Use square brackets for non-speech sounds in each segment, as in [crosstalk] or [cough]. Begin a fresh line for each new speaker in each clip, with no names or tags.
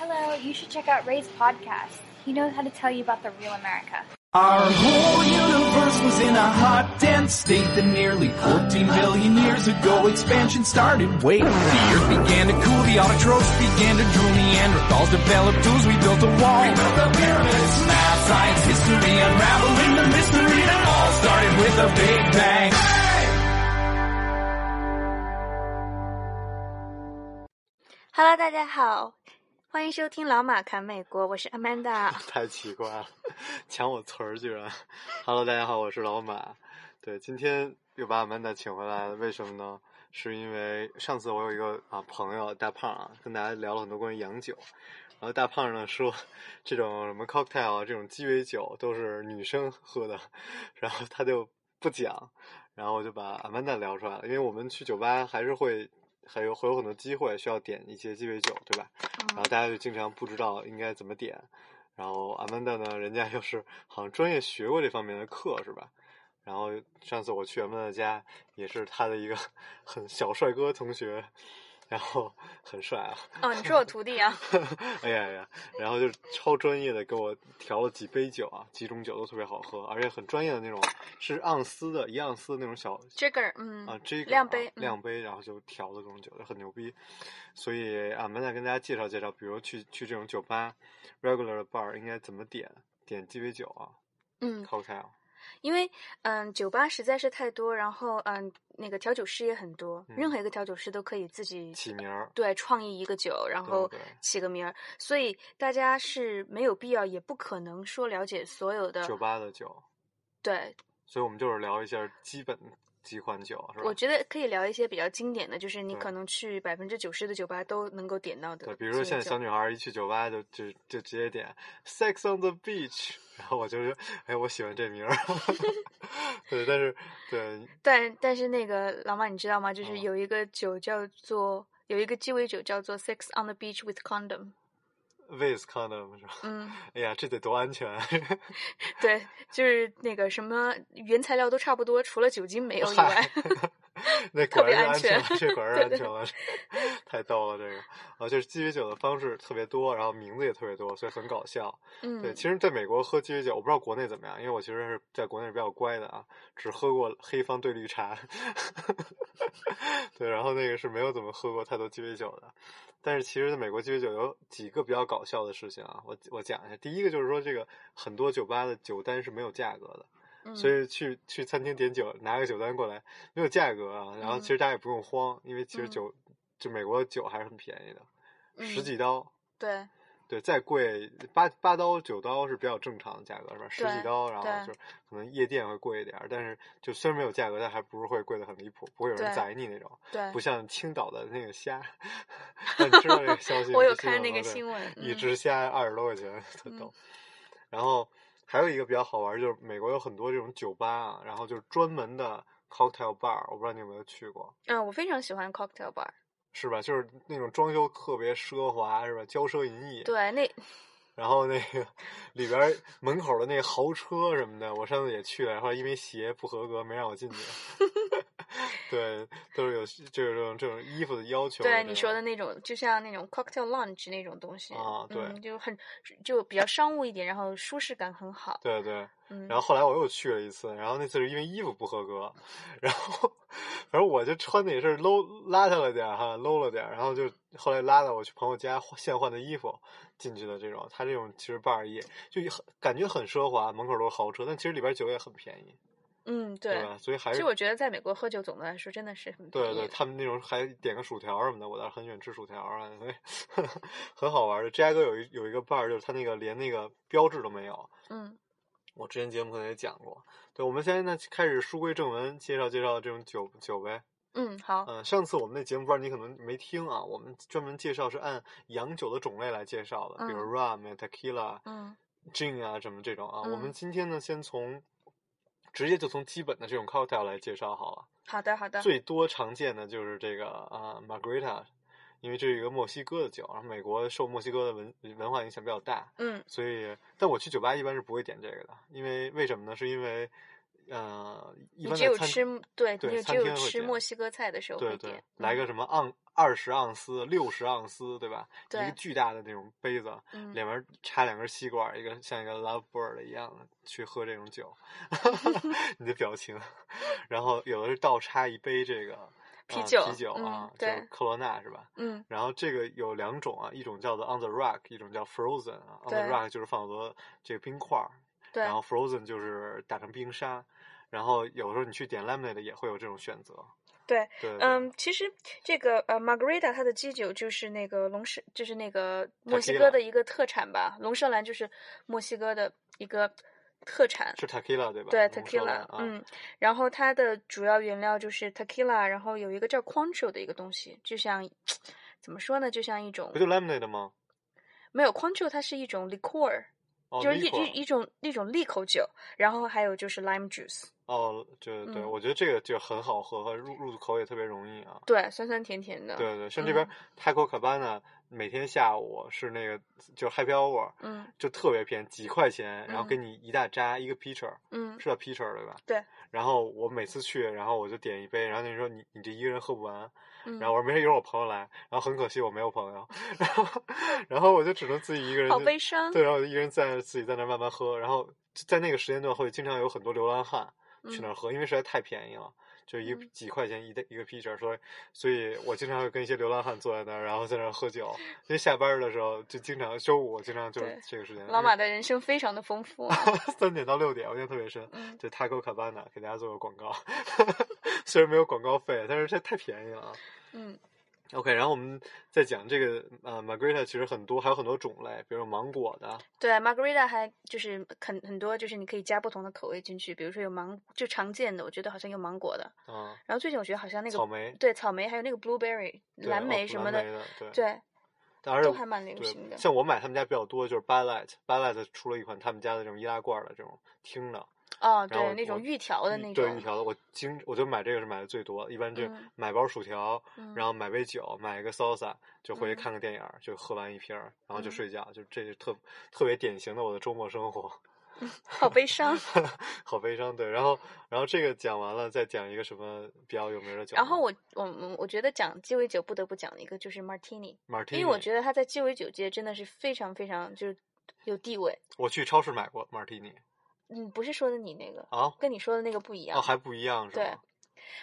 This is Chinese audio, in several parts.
Also, Uh, you should check out Ray's podcast. He knows how to tell you about the real America.
Our whole universe was in a hot, dense state that nearly 14 billion years ago expansion started. Wait, the earth began to cool, the autotrophs began to drool, Neanderthals developed tools, we built a wall. We built the pyramids, math, science, history, unraveling the mystery that all started with a big bang.
Hello，大家好，欢迎收听老马侃美国，我是 [laughs] Amanda。
[laughs] 太奇怪了，抢我词儿居然。Hello，大家好，我是老马。对，今天又把阿曼达请回来了，为什么呢？是因为上次我有一个啊朋友大胖啊，跟大家聊了很多关于洋酒，然后大胖呢说这种什么 cocktail 啊，这种鸡尾酒都是女生喝的，然后他就不讲，然后我就把阿曼达聊出来了，因为我们去酒吧还是会。还有会有很多机会需要点一些鸡尾酒，对吧？然
哦嗯
后大家就经常不知道应该怎么点。然后阿曼达呢，人家又是好像专业学过这方面的课，是吧？然后上次我去阿曼达家，也是他的一个 [laughs] 很小帅哥同学，然后很帅啊， [laughs]
哦，你是我徒弟啊？
哎呀呀，然后就超专业的给我调了几杯酒啊，几种酒都特别好喝，而且很专业的那种，是盎司的，一盎司的那种小
这个，嗯，
啊，这个
量
啊
杯嗯
量杯，然后就调的这种酒，就很牛逼。所以俺们再跟大家介绍介绍，比如去去这种酒吧，regular 的 bar 应该怎么点点鸡尾酒啊
嗯，
，cocktail，
因为嗯，酒吧实在是太多，然后嗯，那个调酒师也很多，
嗯
任何一个调酒师都可以自己
起名儿，
对创意一个酒，然后
对对
起个名儿，所以大家是没有必要，也不可能说了解所有的
酒吧的酒。
对，
所以我们就是聊一下基本几款酒，是吧？
我觉得可以聊一些比较经典的，就是你
对
可能去百分之九十的酒吧都能够点到的。
对，比如说现在小
女，
女孩儿一去酒吧就就就直接点 “Sex on the Beach”，然后我就是哎，我喜欢这名儿。 [laughs] 对，但是对
但但是那个老马你知道吗？就是
嗯
有一个酒叫做、有一个鸡尾酒叫做 “Sex on the Beach with Condom”。
，with condom 是吧？ [laughs]
嗯，
哎呀，这得多安全！啊
对，就是那个什么原材料都差不多，除了酒精没有以外 [laughs]
嗨。那
特
果
别
然
安
是
全
安全了，这果然是
对
安
对
全了， [laughs] 太逗了这个啊！就是鸡尾酒的方式特别多，然后名字也特别多，所以很搞笑。
嗯，
对，其实在美国喝鸡尾酒，我不知道国内怎么样，因为我其实是在国内是比较乖的啊，只喝过黑方兑绿茶， [laughs] 对，然后那个是没有怎么喝过太多鸡尾酒的。但是其实在美国鸡尾酒有几个比较搞笑的事情啊，我我讲一下。第一个就是说，这个很多酒吧的酒单是没有价格的，
嗯
所以去去餐厅点酒，拿个酒单过来，没有价格啊。然后其实大家也不用慌，因为其实
嗯
酒，就美国的酒还是很便宜的，十
嗯
几刀。
对
对，再贵八八刀九刀是比较正常的价格，是吧？十
对
几刀，然
对
后就是可能夜店会贵一点儿，但是就虽然没有价格，但还不是会贵的很离谱，不会有
对
人宰你那种。
对
不，像青岛的那个
[laughs]
虾，啊你知道这个消息吗？
我有
新
看
闻
那
吗
个
对
新闻，
一
嗯
只虾二十多块钱，特
嗯
逗。然后还有一个比较好玩儿，就是美国有很多这种酒吧啊，然后就是专门的 cocktail bar，我不知道你有没有去过。
嗯，我非常喜欢 cocktail bar。
是吧？就是那种装修特别奢华，是吧？骄奢淫逸。
对，那
然后那个里边儿门口的那个豪车什么的，我上次也去了，然后因为鞋不合格没让
[laughs]
我进去。 [laughs] 对，都是有就是这种这种衣服的要求。
对你说的
这种。
那种，就像那种 cocktail lounge 那种东西
啊对
嗯就很就比较商务一点，然后舒适感很好。
对对，
嗯，
然后后来我又去了一次，然后那次是因为衣服不合格，然后反正我就穿的也是 low 邋遢了点儿哈，low 了点儿，然后就后来拉到我去朋友家换现换的衣服进去的这种，他这种其实 bar 也就很感觉很奢华，门口都是豪车，但其实里边酒也很便宜，
嗯，
对
对。
吧？所以还
其
是
实我觉得在美国喝酒，总的来说真的是很
对
便宜
对，
的
他们那种还点个薯条什么的，我倒是很喜欢吃薯条啊，所以 [laughs] 很好玩的。芝加哥有一有一个 bar，就是他那个连那个标志都没有，
嗯
我之前节目可能也讲过。对，我们现在呢开始书归正文，介绍介绍这种酒酒呗。
嗯，好，
嗯、上次我们那节目不知道你可能没听啊，我们专门介绍是按洋酒的种类来介绍的，比如
嗯
rum 呀、tequila、啊
嗯
gin 啊什么这种啊。我
嗯
们今天呢，先从直接就从基本的这种 cocktail 来介绍好了。
好的好的，
最多常见的就是这个啊、m a r g a r i t a 因为这是一个墨西哥的酒，然后美国受墨西哥的文文化影响比较大，
嗯
所以但我去酒吧一般是不会点这个的，因为为什么呢？是因为呃，一
你
般
只
在
有
餐
吃，对，
对
你有只
餐
有
厅会
吃
点
墨西哥菜的时候
对
会
对
点，，嗯
来个什么盎二十盎司、六十盎司，对吧？一
对
个巨大的那种杯子，
嗯，
里面插两根吸管，一个像一个 love bird 一样的去喝这
[laughs]
种酒，你的表情。 [laughs] 然后有的是倒插一杯这个
啤
呃
酒
啤酒啊，
嗯
就
对
是科罗娜是吧？
嗯
然后这个有两种啊，一种叫做 on the rock，一种叫 frozen 啊。on
对
the rock 就是放很多这个冰块儿，
对
然后 frozen 就是打成冰沙。然后有时候你去点 lemonade 也会有这种选择。
对，
对，对
嗯，其实这个呃，margarita 它的基酒就是那个龙舌，就是那个墨西
Tequila
哥的一个特产吧。龙舌兰就是墨西哥的一个特产，
是 tequila 对吧？
对
浓缩的
，tequila，
啊、
嗯，然后它的主要原料就是 tequila，然后有一个叫 Cointreau 的一个东西，就像怎么说呢，就像一种
不就 lemonade 吗？
没有 Cointreau，它是一种 liquor，
哦，
就是一
liquor
一一种一种利口酒，然后还有就是 lime juice，
哦，就对，
嗯
我觉得这个就很好喝，和入入口也特别容易啊。
对，酸酸甜甜的，嗯
对对，像这边 Taco Cabana 每天下午是那个就是 Happy Hour，
嗯
就特别便宜，几块钱，然后
嗯
给你一大扎一个 pitcher，
嗯，
是叫 pitcher 对吧？
对。
然后我每次去，然后我就点一杯，然后你说你你这一个人喝不完，
嗯
然后我说没事，一会儿我朋友来，然后很可惜我没有朋友， [laughs] 然后然后我就只能自己一个人
好
就
悲伤，
对，然后我就一个人在自己在那儿慢慢喝，然后就在那个时间段会经常有很多流浪汉去
嗯
那儿喝，因为实在太便宜了，就一
嗯
几块钱一的一个 pitcher，所以所以我经常会跟一些流浪汉坐在那儿，然后在那儿
[laughs]
喝酒。因为下班儿的时候就经常周五，我经常就是
对
这个时间，
老
因为
马的人生非常的丰富。啊
[laughs] 三点到六点，我印象特别深。
嗯，
就 Taco Cabana 给大家做个广告， [laughs] 虽然没有广告费，但是这太便宜了啊。
嗯
OK，然后我们再讲这个呃，Margarita 其实很多，还有很多种类，比如说芒果的，，
对，margarita 还就是很很多，就是你可以加不同的口味进去，比如说有芒，就常见的，我觉得好像有芒果的，
嗯，
然后最近我觉得好像那个
草莓，
对草莓，还有那个 blueberry
对
蓝
哦
莓什么
蓝
的，
莓的，对，
对，
当然
都还蛮流行
对，
的。
像我买他们家比较多，就是 b a l l e t b a l l e t 出了一款他们家的这种易拉罐儿的这种听的，
哦，
然后
对，那
我
种玉条的
一
那种，
对一条的，我经我就买这个是买的最多，一般就
嗯
买包薯条，
嗯
然后买杯酒，买一个 salsa，就回
嗯
去看个电影儿，就喝完一瓶儿，然后就
嗯
睡觉，就这是特特别典型的我的周末生活。
好
[laughs]
悲伤。
好悲伤，对，然后，然后这个讲完了，再讲一个什么比较有名的酒呢？
然后我我我觉得讲鸡尾酒不得不讲的一个就是 martini，
Martini，
因为我觉得它在鸡尾酒界真的是非常非常就是有地位。
我去超市买过 Martini
嗯，不是说的你那个，
啊，
跟你说的那个不一样。
哦还不一样是
对
吗？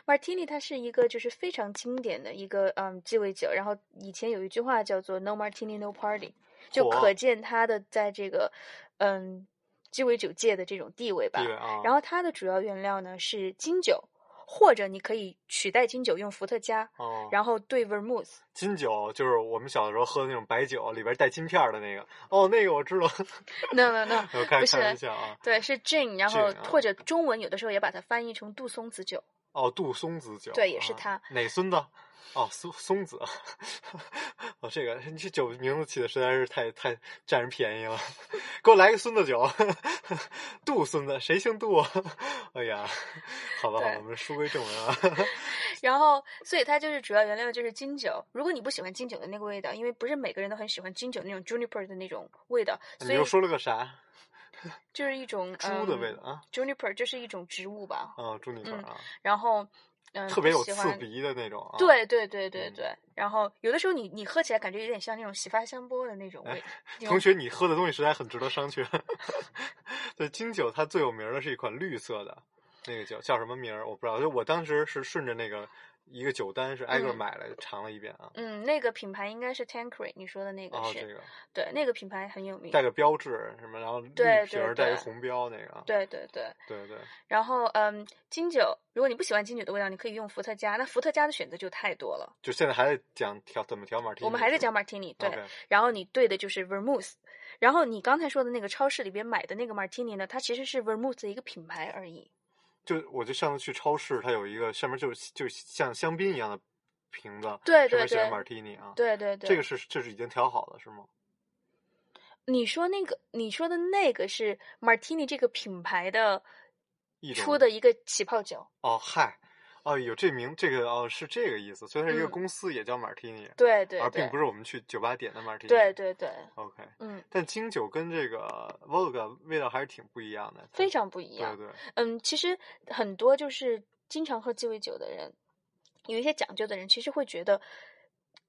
Martini 它是一个就是非常经典的一个嗯鸡尾酒，然后以前有一句话叫做 “No Martini No Party”，就
火
可见它的在这个嗯鸡尾酒界的这种地位吧
地。位啊，
然后它的主要原料呢是金酒，或者你可以取代金酒用伏特加，
哦，
然后兑 vermouth。
金酒就是我们小的时候喝的那种白酒，里边带金片儿的那个。哦，那个我知道， [laughs]
No No No，
我开
不是
开玩笑啊。
对，是 gin，然后
Gin，啊
或者中文有的时候也把它翻译成杜松子酒。
哦，杜松子酒，
对也是它
啊、哪孙子？哦，松松子。 [laughs] 哦，这个你这酒名字起的实在是太太占人便宜了，给我来个孙子酒， [laughs] 杜孙子，谁姓杜？ [laughs] 哎呀，好吧，好吧
对
我们书归正
[laughs]
文啊。
然后，所以它就是主要原料就是金酒。如果你不喜欢金酒的那个味道，因为不是每个人都很喜欢金酒那种 juniper 的那种味道，
你
所以
又说了个啥？
就是一种
猪的味道啊？
嗯、juniper 就是一种植物吧。
啊，猪女腿
嗯
啊，
然后，嗯、
特别有
不喜
刺
欢。
鼻的那种啊。，
对对对对
嗯
对。然后有的时候你你喝起来感觉有点像那种洗发香波的那种味。那种
哎同学，你喝的东西实在很值得商榷。 [laughs] 对，金酒它最有名儿的是一款绿色的那个酒，叫什么名儿我不知道。就我当时是顺着那个一个酒单是挨个
嗯
买了，尝了一遍啊。
嗯，那个品牌应该是 Tanqueray，你说的那个
哦，
是、
这个
对，那个品牌很有名。
带个标志什么，然后绿
对
瓶
对
儿带
对
一红标那个啊。
对对对，
对对，
然后嗯，金酒，如果你不喜欢金酒的味道，你可以用伏特加。那伏特加的选择就太多了，
就现在还在讲调怎么调马提尼是吧。
我们还在讲 martini，对，
OK，
然后你兑的就是 vermouth，然后你刚才说的那个超市里边买的那个 martini 呢，它其实是 vermouth 的一个品牌而已。
就我就上次去超市，它有一个上面就是就是像香槟一样的瓶子，
对
上
对
面写着
对，
马提尼啊。
对对对，
这个是这是已经调好了是吗？
你说那个你说的那个是 martini 这个品牌的
一种
出的一个起泡酒，
哦，嗨，哦，有这名这个哦是这个意思，所以它是一个
嗯
公司也叫 Martini，、
对对
而
对
并不，是我们去酒吧点的 Martini。
对对对，
，OK。
嗯，
但金酒跟这个 Vodka 味道还是挺不一样的，
非常不一
对
样。
对，
嗯，其实很多就是经常喝鸡尾酒的人，有一些讲究的人，其实会觉得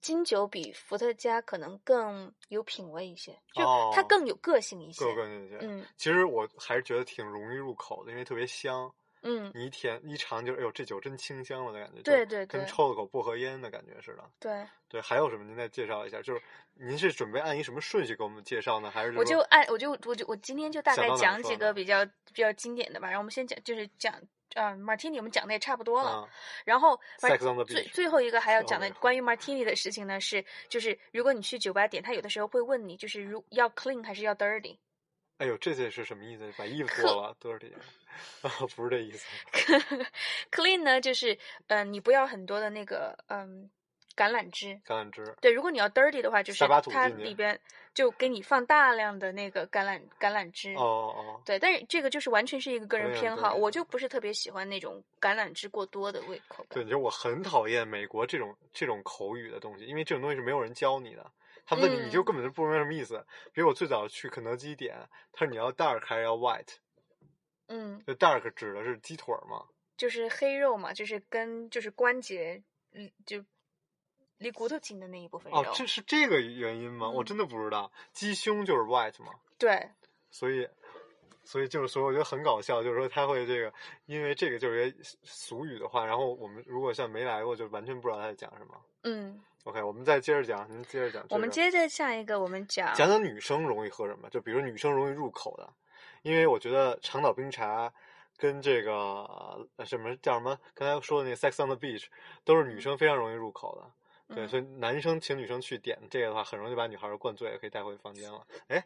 金酒比伏特加可能更有品味一些，就它
哦
更有个性一些。
各个那些。
嗯
其实我还是觉得挺容易入口的，因为特别香，
嗯，
你一甜一尝就，哎呦，这酒真清香了的感觉，
对
就
对
跟
对
抽了口薄荷烟的感觉似的。
对，
对，还有什么？您再介绍一下，就是您是准备按一什么顺序给我们介绍呢？还是
我
说
就按我就我就我今天就大
想
概
到哪儿
讲
说
几
哪
个
儿
比较比较经典的吧，然后我们先讲就是讲啊、马 martini 我们讲的也差不多了，
啊
然后
Sex
Mart-
on the
最
beach
最后一个还要讲的
哦
关于 martini 的事情呢是，就是如果你去酒吧点，他有的时候会问你，就是如要 clean 还是要 dirty，
哎呦，这件是什么意思？把衣服
可
脱了，dirty，啊， [laughs] 不是这意思。
[laughs] clean 呢就是呃你不要很多的那个嗯、橄榄枝，
橄榄枝，
对，如果你要 dirty 的话，就是
塞巴土
它
进去
里边就给你放大量的那个橄榄橄榄枝，
哦哦
对，但是这个就是完全是一个个人
对呀
偏
对
好，
呀
我就不是特别喜欢那种橄榄枝过多的胃口
对，
感。
你说我很讨厌美国这种这种口语的东西，因为这种东西是没有人教你的。他问你，你就
嗯
根本就不明白什么意思。比如我最早去肯德基点，他说你要 dark 还是要 white？
嗯，
就 dark 指的是鸡腿儿嘛，
就是黑肉嘛，就是跟就是关节，嗯，就离骨头近的那一部分肉。
哦，这是这个原因吗？我
哎嗯
真的不知道，鸡胸就是 white 嘛，
对
所以，所以就是所以我觉得很搞笑，就是说他会这个，因为这个就是一些俗语的话，然后我们如果像没来过，就完全不知道他在讲什么。
嗯，
OK，我们再接着讲，您接着讲这个。
我们接着下一个，我们讲
讲讲女生容易喝什么，就比如女生容易入口的，因为我觉得长岛冰茶跟这个呃什么叫什么，刚才说的那个 Sex on the Beach 都是女生非常容易入口的。对，
嗯
所以男生请女生去点这个的话，很容易把女孩儿灌醉，可以带回房间了。哎，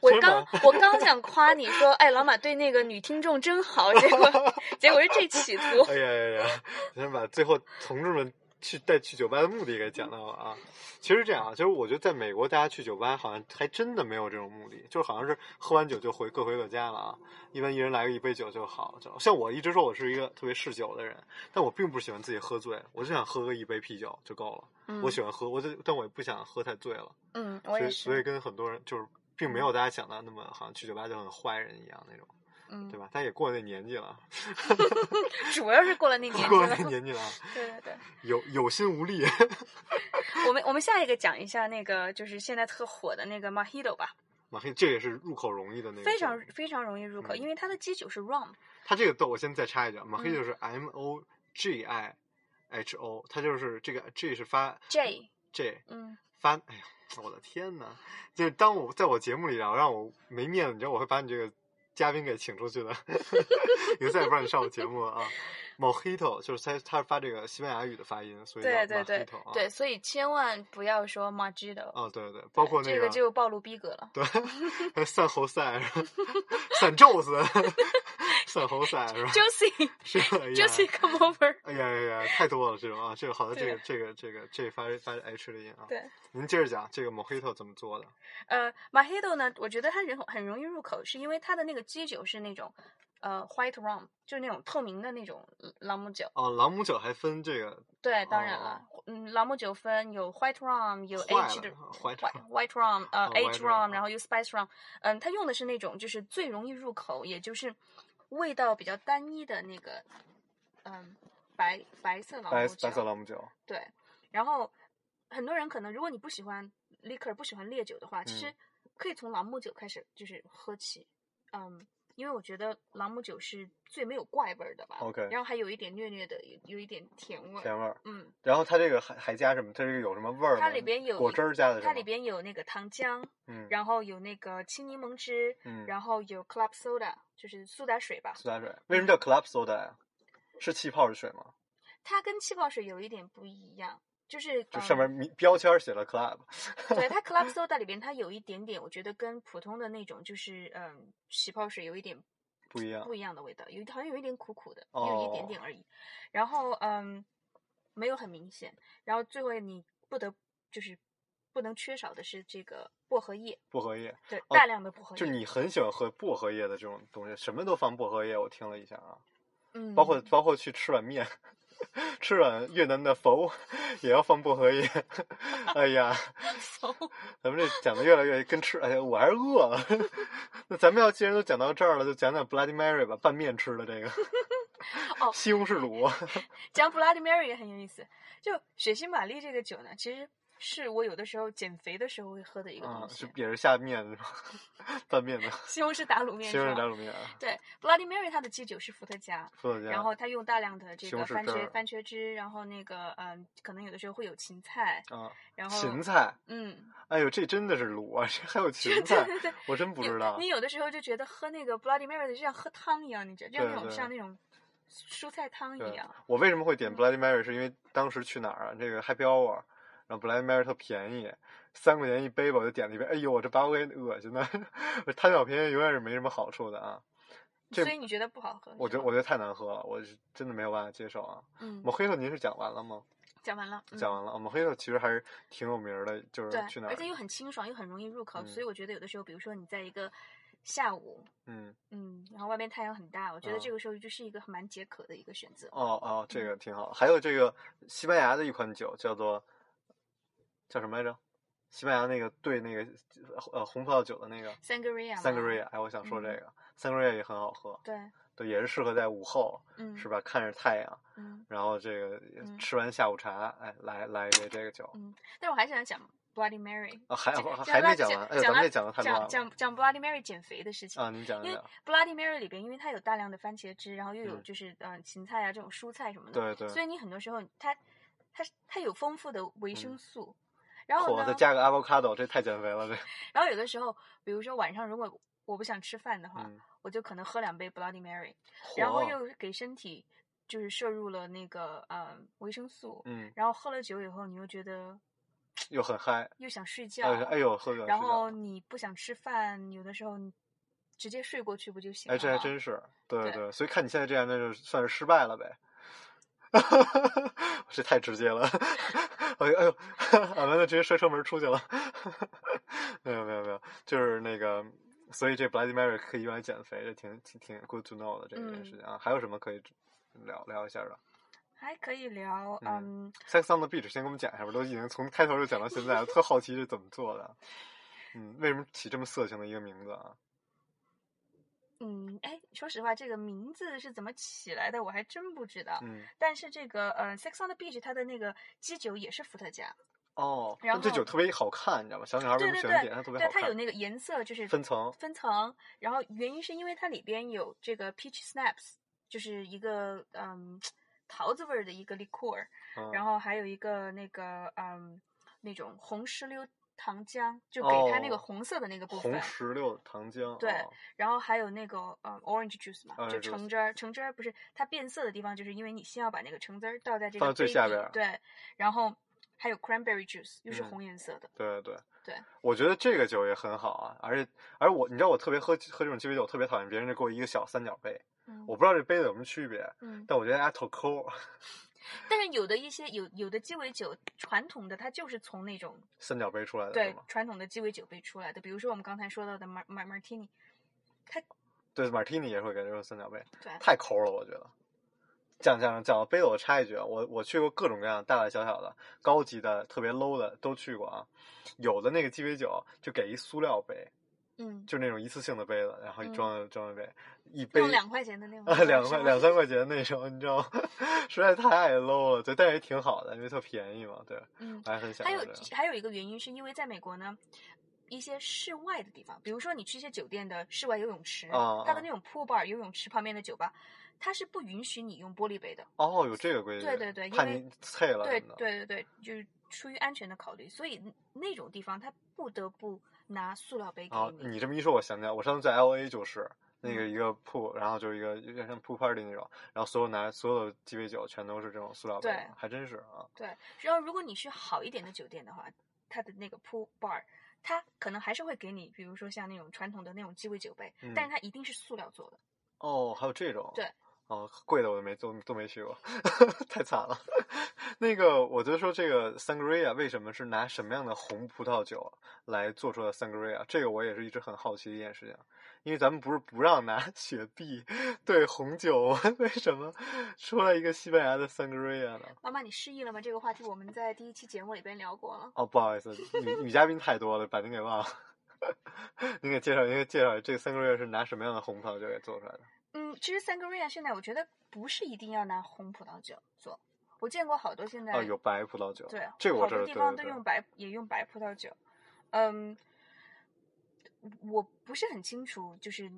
我
说什
刚
[laughs] 么
我刚想夸你说，哎，老马对那个女听众真好，结
[laughs]
果结果是这企图。
哎呀呀呀！ [laughs] 先把最后同志们去带去酒吧的目的给讲到了啊。其实这样啊，就是我觉得在美国，大家去酒吧好像还真的没有这种目的，就是好像是喝完酒就回各回各家了啊。一般一人来个一杯酒就好。就像我一直说我是一个特别嗜酒的人，但我并不喜欢自己喝醉，我就想喝个一杯啤酒就够了。
嗯
我喜欢喝，我就但我也不想喝太醉了。
嗯，我
所
也
以
是，
所以跟很多人就是。并没有大家想的那么好像去酒吧就很坏人一样那种，
嗯
对，吧？但也过了那年
[laughs]
纪了，
主要是过
[laughs]
了那年纪
过了
了
那。年纪了啊，
对对对。
有有心无力。 [laughs]
我们我们下一个讲一下那个就是现在特火的那个 Mojito 吧，
马黑，这也是入口容易的那个酒，
非常非常容易入口，
嗯
因为它的基酒是 rum，
它这个豆，我先再插一句，啊马黑
嗯
就是 M O G I H O，它就是这个 G 是发
J
J
嗯，
发，哎呀，我的天呐，就是当我在我节目里啊，让我没面子，你知道我会把你这个嘉宾给请出去的， [laughs] 以后再也不让你上我节目了啊。Mojito 就是它，它是发这个西班牙语的发音，所以叫
对对对
Mojito 啊。
对，所以千万不要说 Mojito，
啊，对对，包括那
这个就暴露逼格了。
对，散猴赛是吧？ [laughs] 散宙斯， [laughs] 散猴赛是吧？
Josie
[laughs] 是吧？哎呀
Josie come over，
哎呀呀呀，太多了这种啊，这个好的，这
对
个这个这个这发发 H 的音啊。
对，
您接着讲这个 Mojito 怎么做的？
呃，Mojito 呢，我觉得它人很容易入口，是因为它的那个基酒是那种呃 white rum，就是那种透明的那种朗姆酒。
哦，朗姆酒还分这个
对，当然
哦
了，嗯，朗姆酒分有 white rum，有
坏
aged
[laughs] 了坏
white white rum，呃、
哦
a
，white
g e
rum，
rum，然后有 spice rum，嗯，它用的是那种就是最容易入口，也就是味道比较单一的那个，嗯，白白色朗
白
姆酒，
白色朗姆酒，
对，然后很多人可能如果你不喜欢 liquor，不喜欢烈酒的话，其
嗯
实可以从朗姆酒开始就是喝起，嗯。因为我觉得朗姆酒是最没有怪味儿的吧
OK
然后还有一点略略的，有有一点甜味儿，
甜味儿。
嗯，
然后它这个还还加什么？它这个有什么味儿吗？
它里边有
果汁儿加的是吗
它里边有那个糖浆，
嗯
然后有那个青柠檬汁，
嗯，
然后有 club soda，就是苏打水吧。
苏打水。为什么叫 club soda 呀？是气泡水吗？
它跟气泡水有一点不一样，就是
就
嗯
上面明标签儿写了 club。 [laughs]
对它 club soda 里边它有一点点，我觉得跟普通的那种就是嗯气泡水有一点
不一样
不一样的味道，有好像有一点苦苦的，
哦
有一点点而已。然后嗯没有很明显，然后最后你不得就是不能缺少的是这个薄荷叶，
薄荷叶，
对，
哦
大量的薄荷叶，
就是你很喜欢喝薄荷叶的这种东西，什么都放薄荷叶。我听了一下啊，
嗯
包括包括去吃碗面，吃软越南的佛也要放薄荷叶。
[laughs]
哎呀，咱们这讲的越来越跟吃，哎呀，我还是饿了。 [laughs] 那咱们要既然都讲到这儿了，就讲讲 Bloody Mary 吧，拌面吃的这个。
哦
西红柿卤，
讲 Bloody Mary 也很有意思。就血腥玛丽这个酒呢，其实是我有的时候减肥的时候会喝的一个
啊
东，西，
是也是下面是吧？ [laughs] 拌面的
西红柿打卤面
西红柿
是
打
吧？
卤面啊，
对，Bloody Mary 它的基酒是伏特加，
伏特加。
然后它用大量的这
西
个
红柿
番
汁
茄
儿
番茄汁，然后那个嗯、可能有的时候会有芹菜，
啊，
然后
芹菜，
嗯，
哎呦，这真的是卤啊，这还有芹
对
菜
对对，
我真不
有
知道
你。有的时候就觉得喝那个 Bloody Mary 就像喝汤一样，你知道，就像
对
那种
对
像那种蔬菜汤一
对
样。，
我为什么会
嗯
点 Bloody Mary？是因为当时去哪儿啊？这个 Happy Hour，然后 Bloody Mary 特便宜，三块钱一杯吧，我就点了一杯。哎呦，我这把我给恶心的，贪小便宜永远是没什么好处的啊！这
所以你觉得不好喝？
我觉
是
得
吗
我觉得太难喝了，我是真的没有办法接受啊。
嗯，
莫黑特您是讲完了吗？
讲完了，嗯
讲完了啊，莫黑特其实还是挺有名儿的，就是
对
去，哪
而
儿
且，又很清爽，又很容易入口，
嗯
所以我觉得有的时候，比如说你在一个下午，
嗯，
嗯，然后外面太阳很大，我觉得
嗯
这个时候就是一个蛮解渴的一个选择。
哦
嗯
哦，这个挺好。还有这个西班牙的一款酒叫做叫什么来着？西班牙那个兑那个呃红葡萄酒的那个
Sangria 嘛
sangria，哎，我想说这个 sangria 也很好喝，
嗯对，
对，也是适合在午后
嗯，
是？吧？看着太阳，
嗯
然后这个
嗯
吃完下午茶，哎，来来一杯这个酒。
嗯，但是我还想讲 Bloody Mary。
啊，还
这
还没讲完，哎呦，咱们这讲的太
讲
乱了
讲讲 Bloody Mary 减肥的事情
啊！您讲一
因为
讲，
Bloody Mary 里边，因为它有大量的番茄汁，然后又有
嗯
就是嗯、呃芹菜啊这种蔬菜什么的，
对对，
所以你很多时候它它它有丰富的维生
嗯
素。然后
火
呢
再，加个 avocado，这太减肥了，这
然后有的时候，比如说晚上如果我不想吃饭的话，
嗯，
我就可能喝两杯 Bloody Mary，然后
火
又给身体就是摄入了那个呃维生素，
嗯
然后喝了酒以后，你又觉得
又很嗨，
又想睡觉，
哎哎呦，喝酒
然
睡着
后
了
你不想吃饭，有的时候你直接睡过去不就行了
哎，
吗？
这还真是，对
对
所以看你现在这样，那就算是失败了呗。 [laughs] 这太直接了， [laughs] 哎呦哎呦，俺们就直接摔车门出去了。 [laughs] 没有没有没有，就是那个，所以这 Bloody Mary 可以用来减肥，这挺挺挺 good to know 的这件事情啊。还有什么可以聊聊一下的
还可以聊，
嗯
嗯，
？Sex on the Beach 先给我们讲一下吧，都已经从开头就讲到现在了，我特好奇是怎么做的。啊嗯，为什么起这么色情的一个名字啊？
嗯，哎，说实话，这个名字是怎么起来的，我还真不知道。
嗯，
但是这个呃，Sex on the Beach 它的那那个基酒也是伏特加，
哦，
然
但这
后
酒特别好看，你知道吗？小女孩为
对对
什么喜欢
对
点？它特别
对
好，
它有
看，
那个颜色就是
分层。
分层，然后原因是因为它里边有这个 peach snaps，就是一个嗯桃子味儿的一个 liqueur，
嗯
然后还有一个那个嗯那种红石榴糖浆，就给它那个
哦
红色的那个部分，
红石榴糖浆，
对
哦
然后还有那个呃 orange juice 嘛，就
Orange
橙
juice
汁儿，橙汁儿不是它变色的地方，就是因为你先要把那个橙汁儿倒在这个
放到最
杯
下
底
边儿
对，然后还有 cranberry juice 又是
嗯
红颜色的，
对对
对。
我觉得这个酒也很好啊，而且而我，你知道我特别喝喝这种鸡尾酒，我特别讨厌别人就给我一个小三角杯，
嗯
我不知道这杯子有什么区别，
嗯，
但我觉得大家特抠，
但是有的一些有有的鸡尾酒传统的它就是从那种
[laughs] 三角杯出来的是
对
呃吗？
传统的鸡尾酒杯出来的，比如说我们刚才说到的马马马 i n
对，马提尼也会给这种三角杯，
对，
太抠了，我觉得。讲讲讲到杯子，我插一句啊，我我去过各种各样大大小小的、高级的、特别 low 的都去过啊。有的那个鸡尾酒就给一塑料杯，
嗯，
就那种一次性的杯子，然后一
嗯
装、装一杯，一杯
用两块钱的那种
啊， [laughs] 两块
是吗
两三块钱那种，你知道吗？ [laughs] 实在太 low 了，对，但是也挺好的，因为特便宜嘛，对，
嗯，
我还很想
还
要
有
这个。
还有一个原因是因为在美国呢，一些室外的地方，比如说你去一些酒店的室外游泳池，
啊
它的
啊
那种 pool bar 游泳池旁边的酒吧，它是不允许你用玻璃杯的。
哦，有这个规矩，
对对对因
怕
为
你碎了
对
什么的，
对对对，就是出于安全的考虑，所以那种地方它不得不拿塑料杯给
啊，
你。
你这么一说，我想起来，我上次在 L A 就是那
嗯
个一个铺，然后就是一个有点像铺 party 那种，然后所有拿所有的鸡尾酒全都是这种塑料杯
对，
还真是啊，
对，然后如果你去好一点的酒店的话，它的那个 pool bar。它可能还是会给你，比如说像那种传统的那种鸡尾酒杯，但
嗯
是它一定是塑料做的。
哦，还有这种，
对，
哦，贵的我都没都都没去过， [laughs] 太惨了。 [laughs] 那个，我就说这个 sangria 为什么是拿什么样的红葡萄酒来做出的 sangria？这个我也是一直很好奇的一件事情，因为咱们不是不让拿 [laughs] 雪碧兑红酒 [laughs] 吗，为什么出来一个西班牙的 sangria 呢？
妈妈，你失忆了吗？这个话题我们在第一期节目里边聊过了。
哦，不好意思，女女嘉宾太多了，把您给忘了。 [laughs] 您给介绍，您给介绍一下，这个 sangria 是拿什么样的红葡萄酒给做出来的？
嗯，其实 sangria 现在我觉得不是一定要拿红葡萄酒做，我见过好多现在
哦，有白葡萄酒，
对，
这个我
好
知道，
多地
对对
方都
对。
用白也用白葡萄酒。嗯，我不是很清楚，就是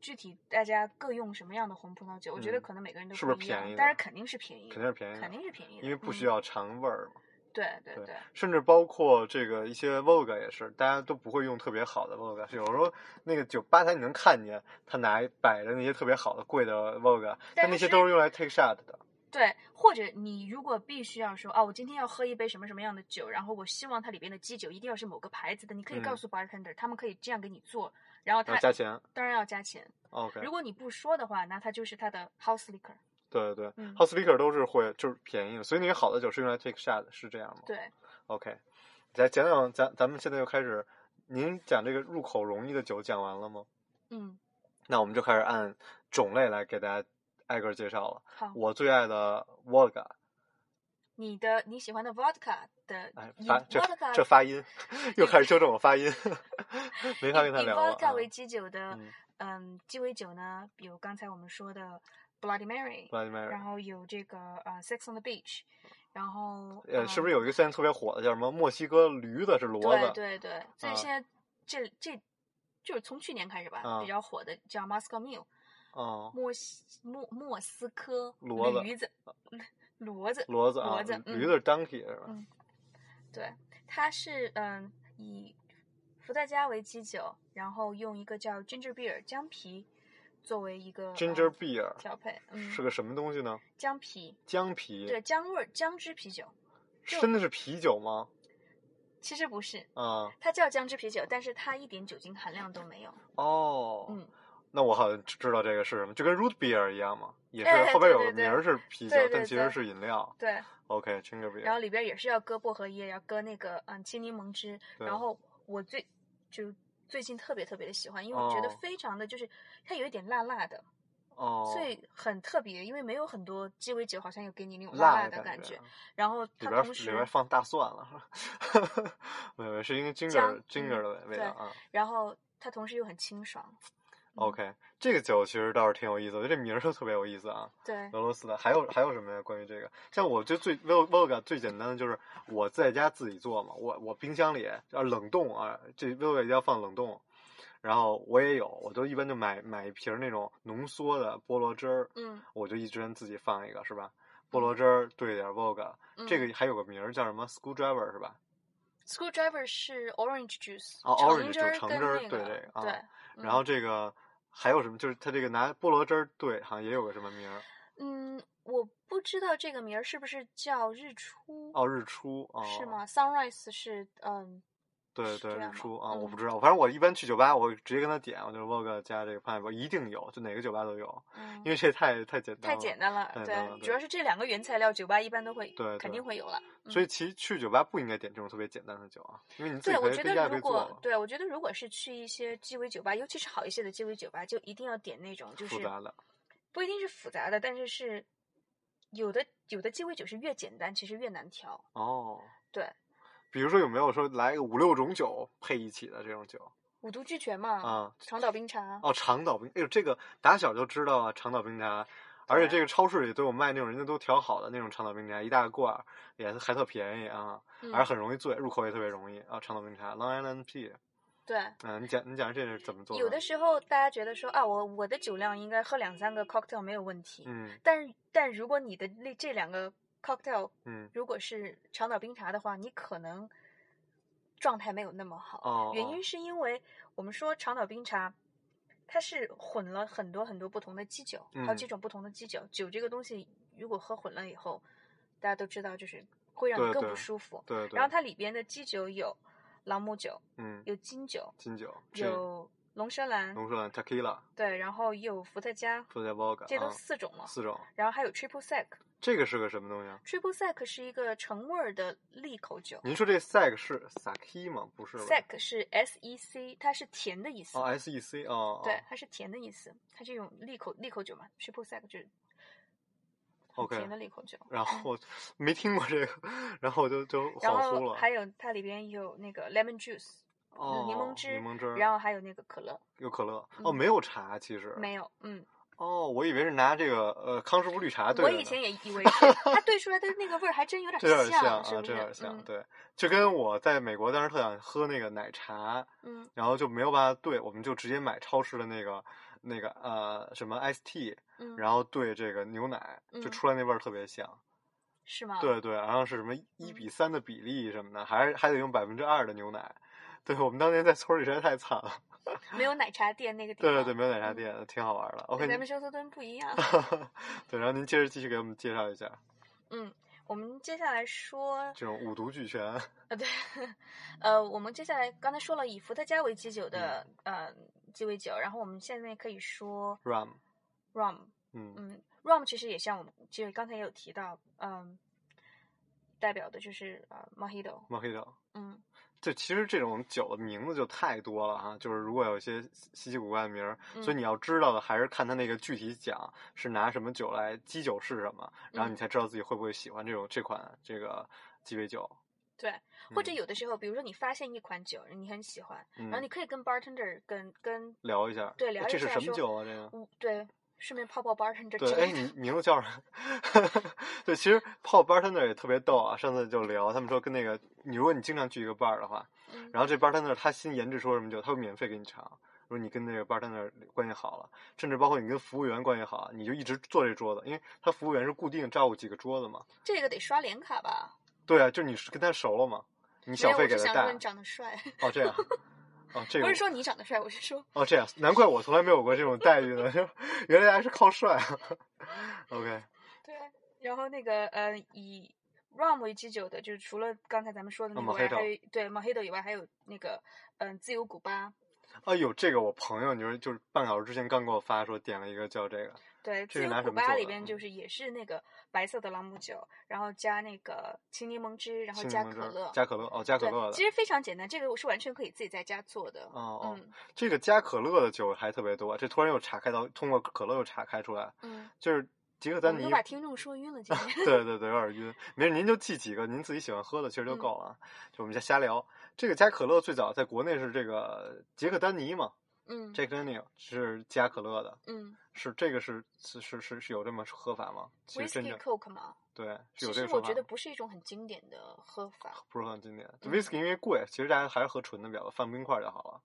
具体大家各用什么样的红葡萄酒，我觉得
嗯
可能每个人都
是
不
不
一
是
样，
便宜
但
的
是肯定是便宜的，
肯定是便宜的，
肯定是便宜的，
因为不需
嗯
要尝味儿嘛。
对对
对
对，
甚至包括这个一些 Vogue 也是，大家都不会用特别好的 Vogue。有时候那个酒吧台你能看见，他拿摆着那些特别好的贵的 Vogue，
但
但那
是
些都是用来 take shot 的。
对，或者你如果必须要说啊，我今天要喝一杯什么什么样的酒，然后我希望它里边的基酒一定要是某个牌子的，你可以告
嗯
诉 bartender，、他们可以这样给你做，然后
然
他
呃后加钱
当然要加钱。
，OK，
如果你不说的话，那它就是它的 house liquor。
对对对、
嗯
h o u s e Speaker 都是会就是便宜的，所以那些好的酒是用来 take shot 的，是这样吗
对，
？OK，来讲讲咱咱们现在又开始，您讲这个入口容易的酒讲完了吗？
嗯，
那我们就开始按种类来给大家挨个儿介绍了。
好，
我最爱的 Vodka，
你的你喜欢的 vodka 的
哎，
以
发这
vodka
这发音又开始纠正我发音，没
以
法跟他
以
聊了
vodka
啊。
为基酒的
嗯，
嗯，鸡尾酒呢，有刚才我们说的 Bloody Mary，
Bloody
然
Mary，
后有这个呃 Sex on the Beach，然后
呃，是不
有？
是有一个现在特别火的叫什么墨西哥驴子是骡子？
对对对，所
啊
以现在这、这就是从去年开始吧，
啊
比较火的叫 Moscow Mule，
哦，
莫西莫莫斯科
骡子
驴子， [laughs] 骡子，
骡子啊
骡子，
驴
嗯
子是 donkey 是吧
嗯？对，它是嗯以伏特加为基酒，然后用一个叫 ginger beer 姜皮作为一个
Ginger
嗯
beer
调配，嗯，
是个什么东西呢？
姜皮，
姜皮，
对姜味儿姜汁啤酒，就
真的是啤酒吗？
其实不是，
啊，
它叫姜汁啤酒，但是它一点酒精含量都没有，
哦，
嗯。
那我好像知知道这个是什么，就跟 root beer 一样嘛，也
哎
是后边
对
有
对
个
对
名儿是啤酒
对，
但
对
其实
对
是饮料。
对，
OK，ginger
然
beer，
后里边也是要搁薄荷叶，要搁那个嗯青柠檬汁。
对
然后我最就最近特别特别的喜欢，因为我觉得
哦
非常的就是、它有一点辣辣的，
哦，
所以很特别，因为没有很多鸡尾酒好像有给你那种
辣
辣的
感
觉。
啊
然后
里
它
边儿
同
里边儿
时，
放大蒜了， [laughs] 没有没有，是因为 ginger
姜嗯
ginger 的味味
对
道啊。
然后它同时又很清爽。嗯
OK，这个酒其实倒是挺有意思，我觉得这名儿就特别有意思啊。
对，
俄罗斯的还有还有什么呀？关于这个，像我觉得最 vog vog 最简单的就是我在家自己做嘛，我我冰箱里啊冷冻啊，这 vog 一定要放冷冻，然后我也有，我就一般就买买一瓶儿那种浓缩的菠萝汁儿，
嗯，
我就一直自己放一个是吧？菠萝汁儿兑点 vog，这
嗯
个还有个名儿叫什么 screwdriver 是吧？
screwdriver 是 orange juice，
哦
橙
orange
汁儿
就橙
跟
汁儿
那
对
个
这个啊
对，嗯
然后这个还有什么？就是它这个拿菠萝汁儿兑，好像也有个什么名儿
嗯，我不知道这个名儿是不是叫日出
哦，日出哦，
是？吗？Sunrise 是嗯，
对
是
对，
这
日
样吗
出啊，我
嗯
不知道，反正我一般去酒吧，我直接跟他点，我就 Vogue 加这个 pineapple，一定有，就哪个酒吧都有，
嗯
因为这太太简单
太
了，
简单了
太，简单了
对，主
对
要是这两个原材料，酒吧一般都会，
对
肯
对
定会有了。嗯
所以其实去酒吧不应该点这种特别简单的酒啊，因为你自己
对，
可
我
以
觉
跟家
得
里
如
做
果
了，
对我觉得如果是去一些鸡尾酒吧，尤其是好一些的鸡尾酒吧，就一定要点那种就是
复杂的。
不一定是复杂的，但是是有的有的鸡尾酒是越简单其实越难调。
哦。
对，
比如说有没有说来个五六种酒配一起的这种酒
五毒俱全嘛，
啊？
长岛冰茶，
哦，长岛冰，哎呦，这个打小就知道啊，长岛冰茶，而且
对
这个超市里都有卖那种人家都调好的那种长岛冰茶，一大罐儿，也还特便宜啊，
嗯
而且很容易醉，入口也特别容易啊。长岛冰茶，Long Island Tea，
对。
嗯、你讲你讲这是怎么做
有的时候大家觉得说啊，我我的酒量应该喝两三个 cocktail 没有问题，
嗯
但是但如果你的那这两个 cocktail
嗯，
如果是长岛冰茶的话，你可能状态没有那么好。
哦
原
哦
因是因为我们说长岛冰茶，它是混了很多很多不同的基酒，好几
嗯
种不同的基酒。酒这个东西，如果喝混了以后，大家都知道，就是会让
对
你更
对
不舒服。
对对，
然后它里边的基酒有朗姆酒，
嗯，
有金酒，
金酒，这
有龙舌兰，
龙舌兰 tequila、
对，然后也有伏特加，
伏特加 vodka，
这都
啊
四种了。
四种。
然后还有 triple sec。
这个是个什么东西啊？
Triple Sec 是一个橙味儿的利口酒
您说这 sec 是 sake 吗？不是吧
，Sec 是 S E C，它是甜的意思。
哦，s e c 哦，哦
对，它是甜的意思，它这种利口利口酒嘛，Triple Sec 就是很
OK
甜的利口酒。
然后我没听过这个，然后我就就
嗯然
恍惚
后
了。
还有它里边有那个 lemon juice，
哦，
柠
柠
檬汁
檬汁儿，
然后还有那个可乐，
有可乐。哦，
嗯
没有茶，其实
没有，嗯，
哦，我以为是拿这个呃康师傅绿茶兑
我
着
以
呢
前也
[laughs]
以为是，它兑出来的那个味儿还真有点
这有点
像，
啊，
是不
这
是？
有点像，
嗯
对，就跟我在美国当时特想喝那个奶茶，
嗯，
然后就没有办法兑，我们就直接买超市的那个那个呃什么 ice tea，
嗯
然后兑这个牛奶，就
嗯啊
出来那味儿特别像。
是吗？，
对对，然后是什么
嗯
一比三的比例什么的，还是还得用百分之二的牛奶。对我们当年在村里实在太惨了。
没有奶茶店那个地
对
方，
对对，没有奶茶
嗯
店，挺好玩的。OK，
跟咱
您
们休斯顿不一样。
[laughs] 对，然后您接着继续给我们介绍一下
嗯，我们接下来说，
这种五毒俱全。 [laughs]
呃，对， [laughs] 呃，我们接下来刚才说了以伏特加为基酒的、
嗯
呃鸡尾酒，然后我们现在可以说
rum，
rum，
嗯
嗯，rum 其实也像我们其实刚才也有提到，嗯，代表的就是呃 mojito，
，mojito。
嗯，
这其实这种酒的名字就太多了哈，就是如果有一些稀稀奇古怪的名儿，所以
嗯
你要知道的还是看它那个具体讲是拿什么酒来，基酒是什么，然后
嗯
你才知道自己会不会喜欢这种这款这个鸡尾酒。
对，或者
嗯
有的时候，比如说你发现一款酒你很喜欢，然后
嗯
你可以跟 bartender 跟跟
聊一下，
对聊一
这是
下
什么
说
酒啊？这个
嗯对，顺便泡泡 bartender
对，
之
哎，
类的
你名字叫什么？ [laughs] 对，其实泡 bartender 也特别逗啊。上次就聊，他们说跟那个，你如果你经常去一个 bar 的话，
嗯
然后这 bartender 他新研制出什么酒，他会免费给你尝。如果你跟那个 bartender 关系好了，甚至包括你跟服务员关系好，你就一直坐这桌子，因为他服务员是固定照顾几个桌子嘛。
这个得刷脸卡吧？
对啊，就你是跟他熟了嘛，你
没
小
有，
费
我
给
是
他
想说
带
你。长得帅，
哦，这样，哦，这个
不
我
是说你长得帅，我是说
哦这样，难怪我从来没有过这种待遇呢， [laughs] 原来还是靠帅。OK，
[laughs] 对，啊然后那个呃，以 rum 为基酒的，就是除了刚才咱们说的
啊
那个外，
Mojito
还有对 mojito 以外，还有那个嗯、呃自由古巴，
啊，有这个，我朋友就是就是半个小时之前刚给我发说点了一个叫这个，
对，自
这是拿
由
什
古
么
巴
做
里
的
边
嗯
就是也是那个白色的朗姆酒，然后加那个青柠檬汁，然后
青柠
加
檬汁
可
儿
乐，
加可乐哦，加可
对，
乐的
其，实非常简单，这个我是完全可以自己在家做的。
哦哦，
嗯
这个加可乐的酒还特别多，这突然又查开到，通过可乐又查开出来，
嗯，
就是吉克
我
丹
们
尼
都，把听众说晕了，今天。
[laughs] 对对对，有点晕，没事，您就记几个您自己喜欢喝的，其实就
嗯
够了啊，就我们瞎瞎聊。这个加可乐最早在国内是这个杰克丹尼嘛
嗯
，Jack Daniel 是加可乐的，
嗯
是这个是是是是是有这么喝法吗？其实真
，whiskey
正
coke 嘛，
对是
其
有
实
这个说
我
法
觉
吗
得。不是一种很经典的喝法。
不是很经典。
嗯
Whisky 因为贵，其实大家还是喝纯的比较多，放冰块就好了。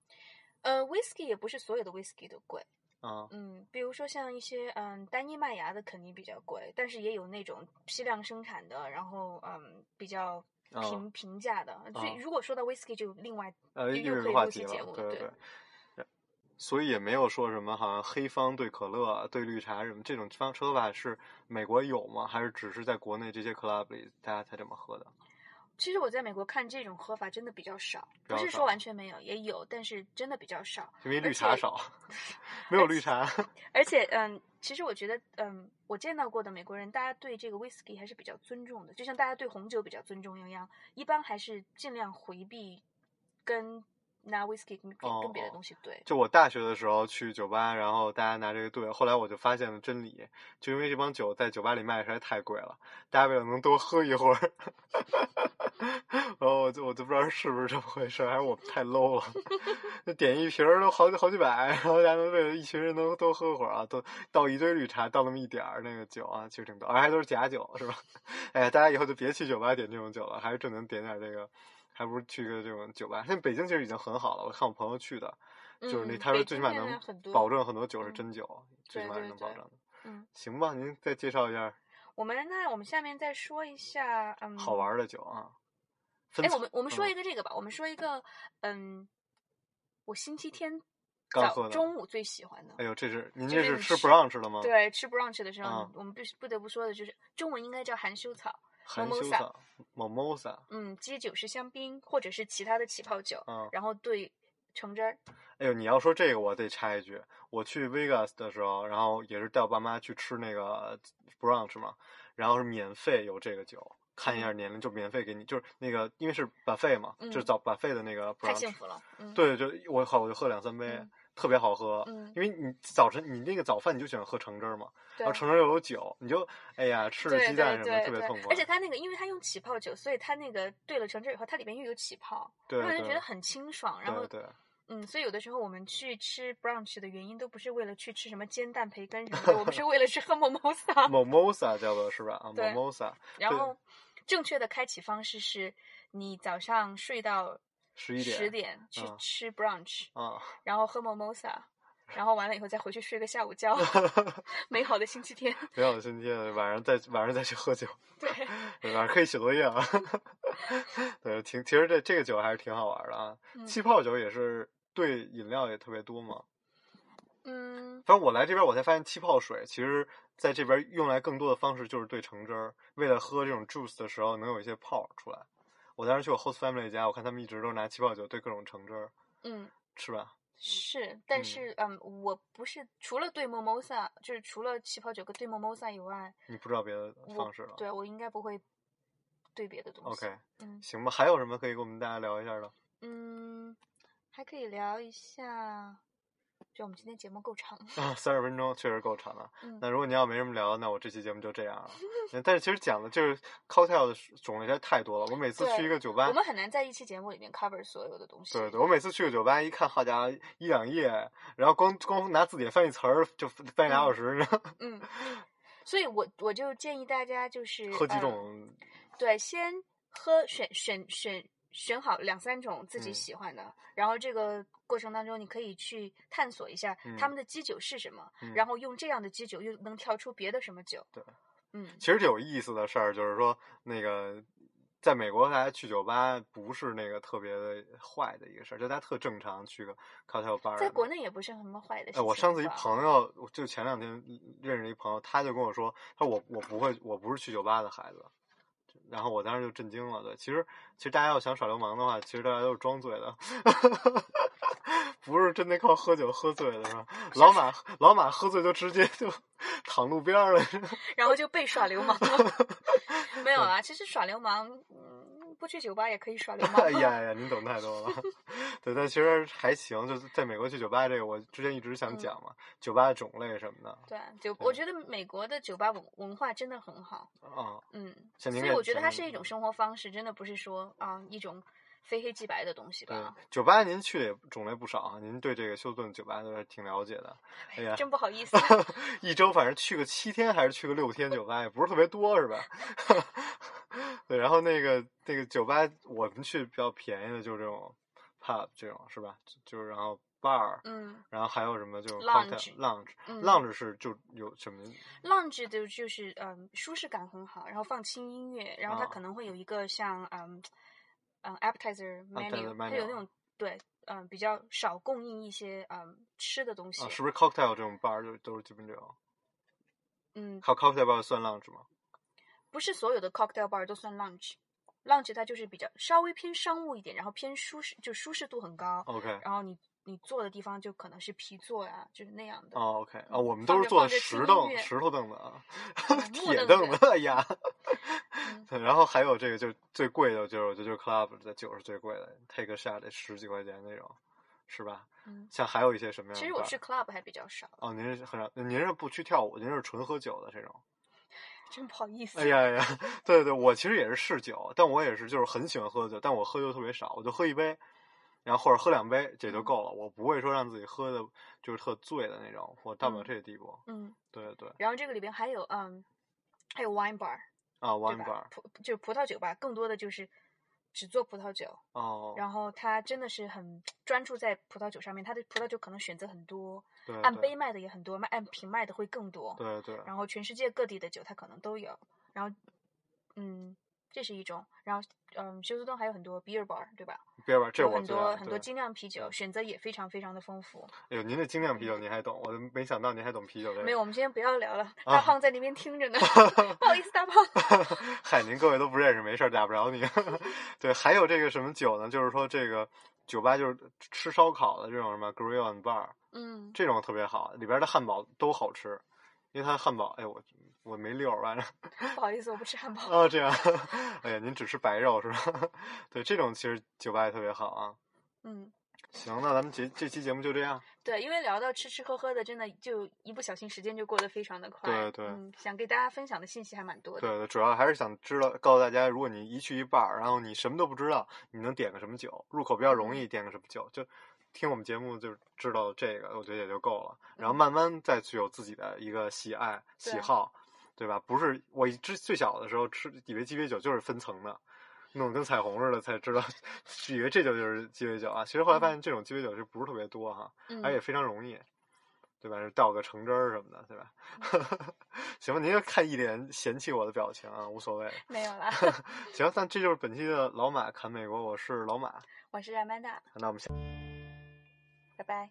呃，whiskey 也不是所有的 whiskey 都贵。
啊、
嗯，比如说像一些嗯单一麦芽的肯定比较贵，但是也有那种批量生产的，然后嗯比较
嗯
平、平价的。所以
嗯
如果说到 whisky 就另外
呃，
又
又
可
有一个
以
话
录
题
期节
了，
目了对
对对。所以也没有说什么好像黑方对可乐、对绿茶什么这种方喝法是美国有吗？还是只是在国内这些 club 里大家才这么喝的？
其实我在美国看这种喝法真的比较少，
比
不
较
是
少
说完全没有，也有，但是真的比较少。
因为
而
绿茶
且 [laughs]
少，没有
而
绿
且
茶。
而且，嗯，其实我觉得，嗯，我见到过的美国人，大家对这个 whisky 还是比较尊重的，就像大家对红酒比较尊重一样，一般还是尽量回避跟拿 whisky 跟别
哦
跟别的
哦
东西对。
就我大学的时候去酒吧，然后大家拿这个兑，后来我就发现了真理，就因为这帮酒在酒吧里卖实在太贵了，大家为了能多喝一会儿， [laughs] 然后我就我就不知道是不是这么回事儿，还是我太 low 了， [laughs] 那点一瓶儿都好几好几百， [laughs] 然后大家能为了一群人能多喝会儿啊，都倒一堆绿茶，倒那么一点儿那个酒啊，其实挺多，而还都是假酒是吧？ [laughs] 哎呀，大家以后就别去酒吧点这种酒了，还是正能点点儿这个。还不如去个这种酒吧。现在北京其实已经很好了，我看我朋友去的，就是那
嗯
他说
北
最
京
起码
现在
能
很多
保证很多酒是
嗯
真酒，最
对
起码是
对
能保
对
证的。
嗯，
行吧，您再介绍一下
我们那我们下面再说一下，嗯，
好。玩的酒啊。分
哎，
层
我们我们说
嗯
一个这个吧，我们说一个，嗯，我星期天
刚
早
喝的
中午最喜欢的。
哎呦，这是您
就
这
是
是
你
吃
吃
brunch 了吗？，
对，吃 brunch 的时候，
啊
我们必须不得不说的就是中文应该叫含羞草，
含羞
mimosa
草 mimosa
嗯，基酒是香槟或者是其他的起泡酒，
啊
然后兑橙汁儿。
哎呦，你要说这个，我得插一句，我去 Vegas 的时候，然后也是带我爸妈去吃那个 brunch 嘛，然后是免费有这个酒，看一下年龄就免费给你，就是那个因为是 buffet 嘛，
嗯
就是早 buffet 的那个 brunch，
太幸福了，嗯，，
啊对，就我好，我就喝两三杯，
嗯
特别好喝。
嗯
因为你早晨你那个早饭你就喜欢喝橙汁儿嘛，
对
然后啊橙汁儿又有酒，你就哎呀吃着
对
鸡蛋
对
什么
对
的特别痛啊
对，
快。
而且它那个，因为它用起泡酒，所以它那个兑了橙汁以后，它里面又有起泡，
对
然后我就
对
觉得很清爽。然后
对对
嗯，所以有的时候我们去吃 brunch 的原因都不是为了去吃什么煎蛋培根什么的，
[laughs]
我们是为了去喝 mimosa。
，mimosa 叫做是吧？啊
对
，mimosa
然
对
后正确的开启方式是，你早上睡到
十一点
十点去
嗯
吃 brunch，、
啊，
然后喝 mimosa，然后完了以后再回去睡个下午
[laughs]
觉，美好的星期天。 [laughs]
美好的今天晚上再晚上再去喝酒，
对，
晚上可以写作业啊。 [laughs] 对，挺其实这这个酒还是挺好玩的啊，
嗯
气泡酒也是对饮料也特别多嘛。
嗯，
反正我来这边，我才发现气泡水其实在这边用来更多的方式就是兑橙汁儿，为了喝这种 juice 的时候能有一些泡出来。我当时去我 host family 家，我看他们一直都拿气泡酒兑各种橙汁儿，
嗯，
是吧？
是，但
嗯
是嗯我不是除了对 mimosa，就是除了气泡酒跟对 mimosa 以外，
你不知道别的
我
方式了。
对我应该不会对别的东西。
OK，
嗯
行吧，还有什么可以跟我们大家聊一下的？
嗯，还可以聊一下，就我们今天节目够长。
啊，三十分钟确实够长了。
嗯
那如果你要没什么聊，那我这期节目就这样
[laughs]
了。嗯但是其实讲的就是 cocktail 的种类实在太多了，我每次
对
去一个酒吧
我，们很难在一期节目里面 cover 所有的东西。
对对，我每次去个酒吧一看，好家伙，一两页，然后光光拿字典翻译词儿就翻译俩小时，然后
嗯，所以我我就建议大家就是
喝几
呃
种，
对，先喝选选选选好两三种自己
嗯
喜欢的，然后这个过程当中你可以去探索一下
嗯
他们的基酒是什么，
嗯
然后用这样的基酒又能调出别的什么酒。
对，
嗯，
其实有意思的事儿就是说，那个在美国大家去酒吧不是那个特别的坏的一个事儿，就大家特正常去个 cocktail bar 什么的。
在国内也不是什么坏的事情
哎，
吧。
我上次一朋友，我就前两天认识一朋友，他就跟我说，他说我我不会，我不是去酒吧的孩子。然后我当时就震惊了，对，其实其实大家要想耍流氓的话，其实大家都是装醉的， [laughs] 不是真的靠喝酒喝醉的是吧？老马老马喝醉就直接就 [laughs] 躺路边儿了，
然后就被耍流氓了。 [laughs] 没有啊，其实耍流氓，嗯，不去酒吧也可以耍流
[laughs] 哎
氓。
呀呀，您懂太多了。 [laughs] 对，但其实还行，就是在美国去酒吧这个，我之前一直想
嗯
讲嘛，酒吧的种类什么的
对，就我觉得美国的酒吧文文化真的很好，
啊，
嗯，所
像您
以
也
我觉得
前嗯
它
面
是一种生活方式，真的不是说啊、一种非黑即白的东西
对
吧？，
酒吧您去的也种类不少啊，您对这个休斯顿酒吧都是挺了解的。哎呀，
真不好
[laughs]
意思，
一周反正去个七天还是去个六天酒吧，也不是特别多，是吧？ [laughs] 对，然后那个那个酒吧，我们去比较便宜的就是这种 pub 这种是吧？就是然后 bar，
嗯
然后还有什么就是
Lounge
cocktail lounge
嗯
lounge 是就有什么啊
，lounge 的就是嗯舒适感很好，然后放轻音乐，然后它
啊
可能会有一个像嗯嗯 appetizer menu，它有
哦 menu
那种对嗯比较少供应一些嗯吃的东西
啊？，是不是 cocktail 这种 bar 就都是基本这种？
嗯
靠 cocktail bar 算 lounge 吗？
不是所有的 cocktail bar 都算 lounge。lounge 它就是比较稍微偏商务一点，然后偏舒适，就舒适度很高。
OK
然后你你坐的地方就可能是皮座呀、就是那样的。
哦，OK 啊，
嗯
我们
放
都
着
是坐
放着
石
听
凳
音、乐嗯
石头凳子啊，
木
铁
凳
凳
子
子，哎呀，
嗯
[laughs] 对然后还有这个就是最贵的，就是我觉得就是 club 的酒是最贵的，take a shot 得十几块钱那种，是吧？
嗯，
像还有一些什么样的
其实我
bar
去 club 还比较少，
哦，您是很少，您是不去跳舞，您是纯喝酒的这种。
真不好意思。
哎呀呀， [laughs] 对对，我其实也是嗜酒，但我也是就是很喜欢喝酒，但我喝酒特别少，我就喝一杯，然后或者喝两杯这就
嗯
够了，我不会说让自己喝的就是特醉的那种，我到不了
嗯
这个地步。
嗯，
对对
然后这个里边还有嗯，还有 wine bar，对
啊，wine
吧
bar
葡就是葡萄酒吧，更多的就是只做葡萄酒，
哦，
然后它真的是很专注在葡萄酒上面，它的葡萄酒可能选择很多，
对
按
对
杯卖的也很多，卖按瓶卖的会更多。
对对，
然后全世界各地的酒它可能都有，然后嗯，这是一种，然后嗯，休斯顿还有很多 beer bar，对吧？
别玩这
有
我
很
最爱
多很多
对嗯
精酿啤酒，选择也非常非常的丰富。
哎呦，您这精酿啤酒您还懂，我都没想到您还懂啤酒这
嗯
个。
没
[laughs]
有，我们今天不要聊了，
啊
大胖在那边听
[laughs]
着呢，不好意思，大胖。
[laughs] 嗨，您各位都不认识，没事儿打不着你。对，还有这个什么酒呢？就是说这个酒吧就是吃烧烤的这种什么 grill and bar，
嗯，
这种特别好，里边的汉堡都好吃，因为它的汉堡，哎我我没溜儿，反正 [laughs]
不好意思，我不吃汉堡。
哦这样， [laughs] 哎呀您只吃白肉是吧？ [laughs] 对，这种其实酒吧也特别好啊。
嗯，
行，那咱们节这期节目就这样，
对，因为聊到吃吃喝喝的，真的就一不小心时间就过得非常的快。
对对
嗯，想给大家分享的信息还蛮多的。
对对，主要还是想知道告诉大家，如果你一去一半儿，然后你什么都不知道，你能点个什么酒，入口比较容
嗯
易，点个什么酒，就听我们节目就知道这个，我觉得也就够了。然后慢慢再去有自己的一个喜爱喜
嗯对
好，对吧？不是我一之最小的时候吃以为鸡尾酒就是分层的，弄得跟彩虹似的，才知道 [laughs] 以为这酒就是鸡尾酒啊。其实后来发现这种鸡尾酒是不是特别多哈、
嗯，
而且非常容易，对吧？是倒个橙汁儿什么的，对吧？ [laughs] 行吧，您就看一脸嫌弃我的表情啊，无所谓。
没有
[laughs]
啦。
行，那这就是本期的老马侃美国，我是老马，
我是 Amanda，
那我们下。
拜
[laughs]
拜。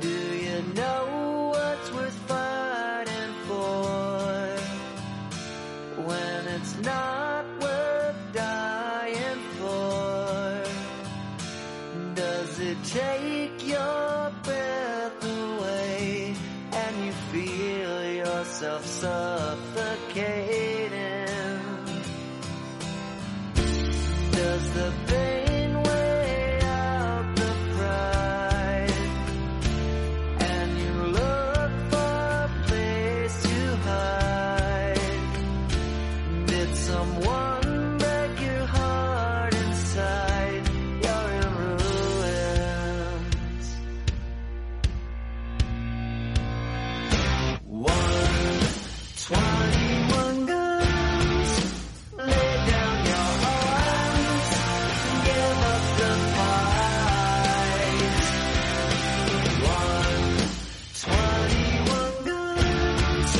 Do you know what's worth fighting for? When it's not worth dying for? Does it take your breath away and you feel yourself suffocating? Does the pain weigh out the pride? And you look for a place to hide. Did someone break your heart inside? You're in ruins. One, twenty-one guns. Lay down your arms. Give up the fight. One. 21 guns,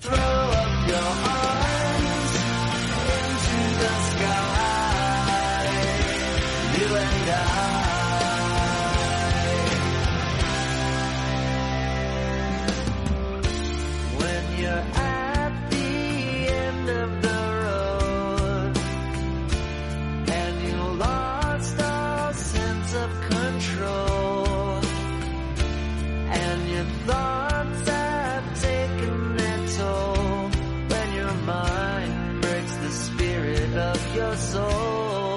throw up your arms into the sky. You and I. When you're at the end of the road and you lost all sense of control. And your thoughts have taken their toll when your mind breaks the spirit of your soul.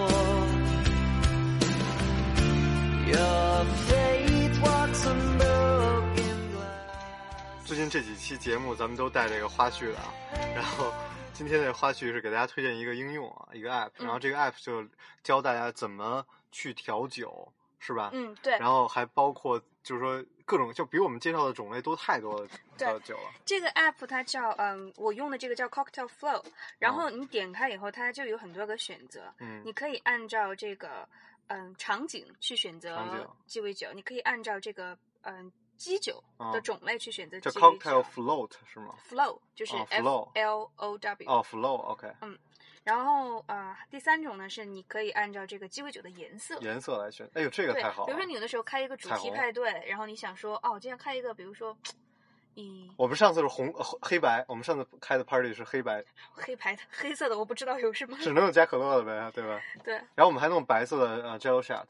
Your faith walks on broken glass.
最近这几期节目咱们都带这个花絮的啊，然后今天的花絮是给大家推荐一个应用啊，一个 app，然后
嗯
这个 app 就教大家怎么去调酒，是吧？
嗯，对，
然后还包括就是说各种就比我们介绍的种类多太多的
对
酒了，
这个 app 它叫嗯，我用的这个叫 Cocktail Flow，然
啊
后你点开以后，它就有很多个选择，
嗯
你可以按照这个嗯场景去选
场景
择鸡尾酒，你可以按照这个嗯基酒
啊
的种类去选择
叫
鸡尾酒。
cocktail float 是吗？
Flow 就是
啊
F
，flow
L O W，、
哦，float，OK，、
嗯然后啊、呃第三种呢是你可以按照这个鸡尾酒的颜色，
颜色来选，哎呦，这个
对
太好，了。
比如说你有的时候开一个主
彩
题
虹
派对，然后你想说哦，我今天开一个，比如说以
我们上次是红呃黑白，我们上次开的 party 是黑白，
黑牌的 [laughs] 黑色的，我不知道有什么，
只能有加可乐的呗，对吧？
对，
然后我们还弄白色的呃 jello shot，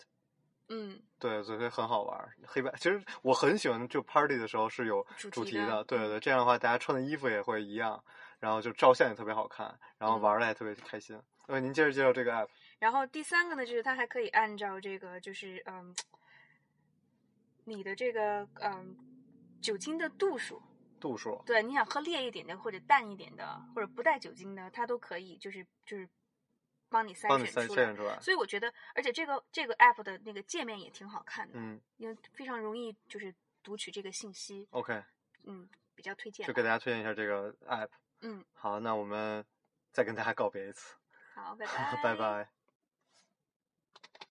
嗯。
对，所以很好玩儿。黑白其实我很喜欢，就 party 的时候是有
主
主
题
题
的嗯
对对，这样的话大家穿的衣服也会一样，然后就照相也特别好看，然后
嗯
玩的也特别开心。呃，您接着介绍这个 app，
然后第三个呢，就是它还可以按照这个，就是嗯，你的这个嗯酒精的度数，
度数
对，你想喝烈一点的，或者淡一点的，或者不带酒精的，它都可以，就是就是帮你筛
帮你
选
筛
出来
选。出来。
所以我觉得，而且这个这个 app 的那个界面也挺好看的，
嗯
因为非常容易就是读取这个信息，
，OK，
嗯，比较推荐
就。给大家推荐一下这个 app。
嗯，
好，那我们再跟大家告别一次， [laughs]
好，拜
拜拜。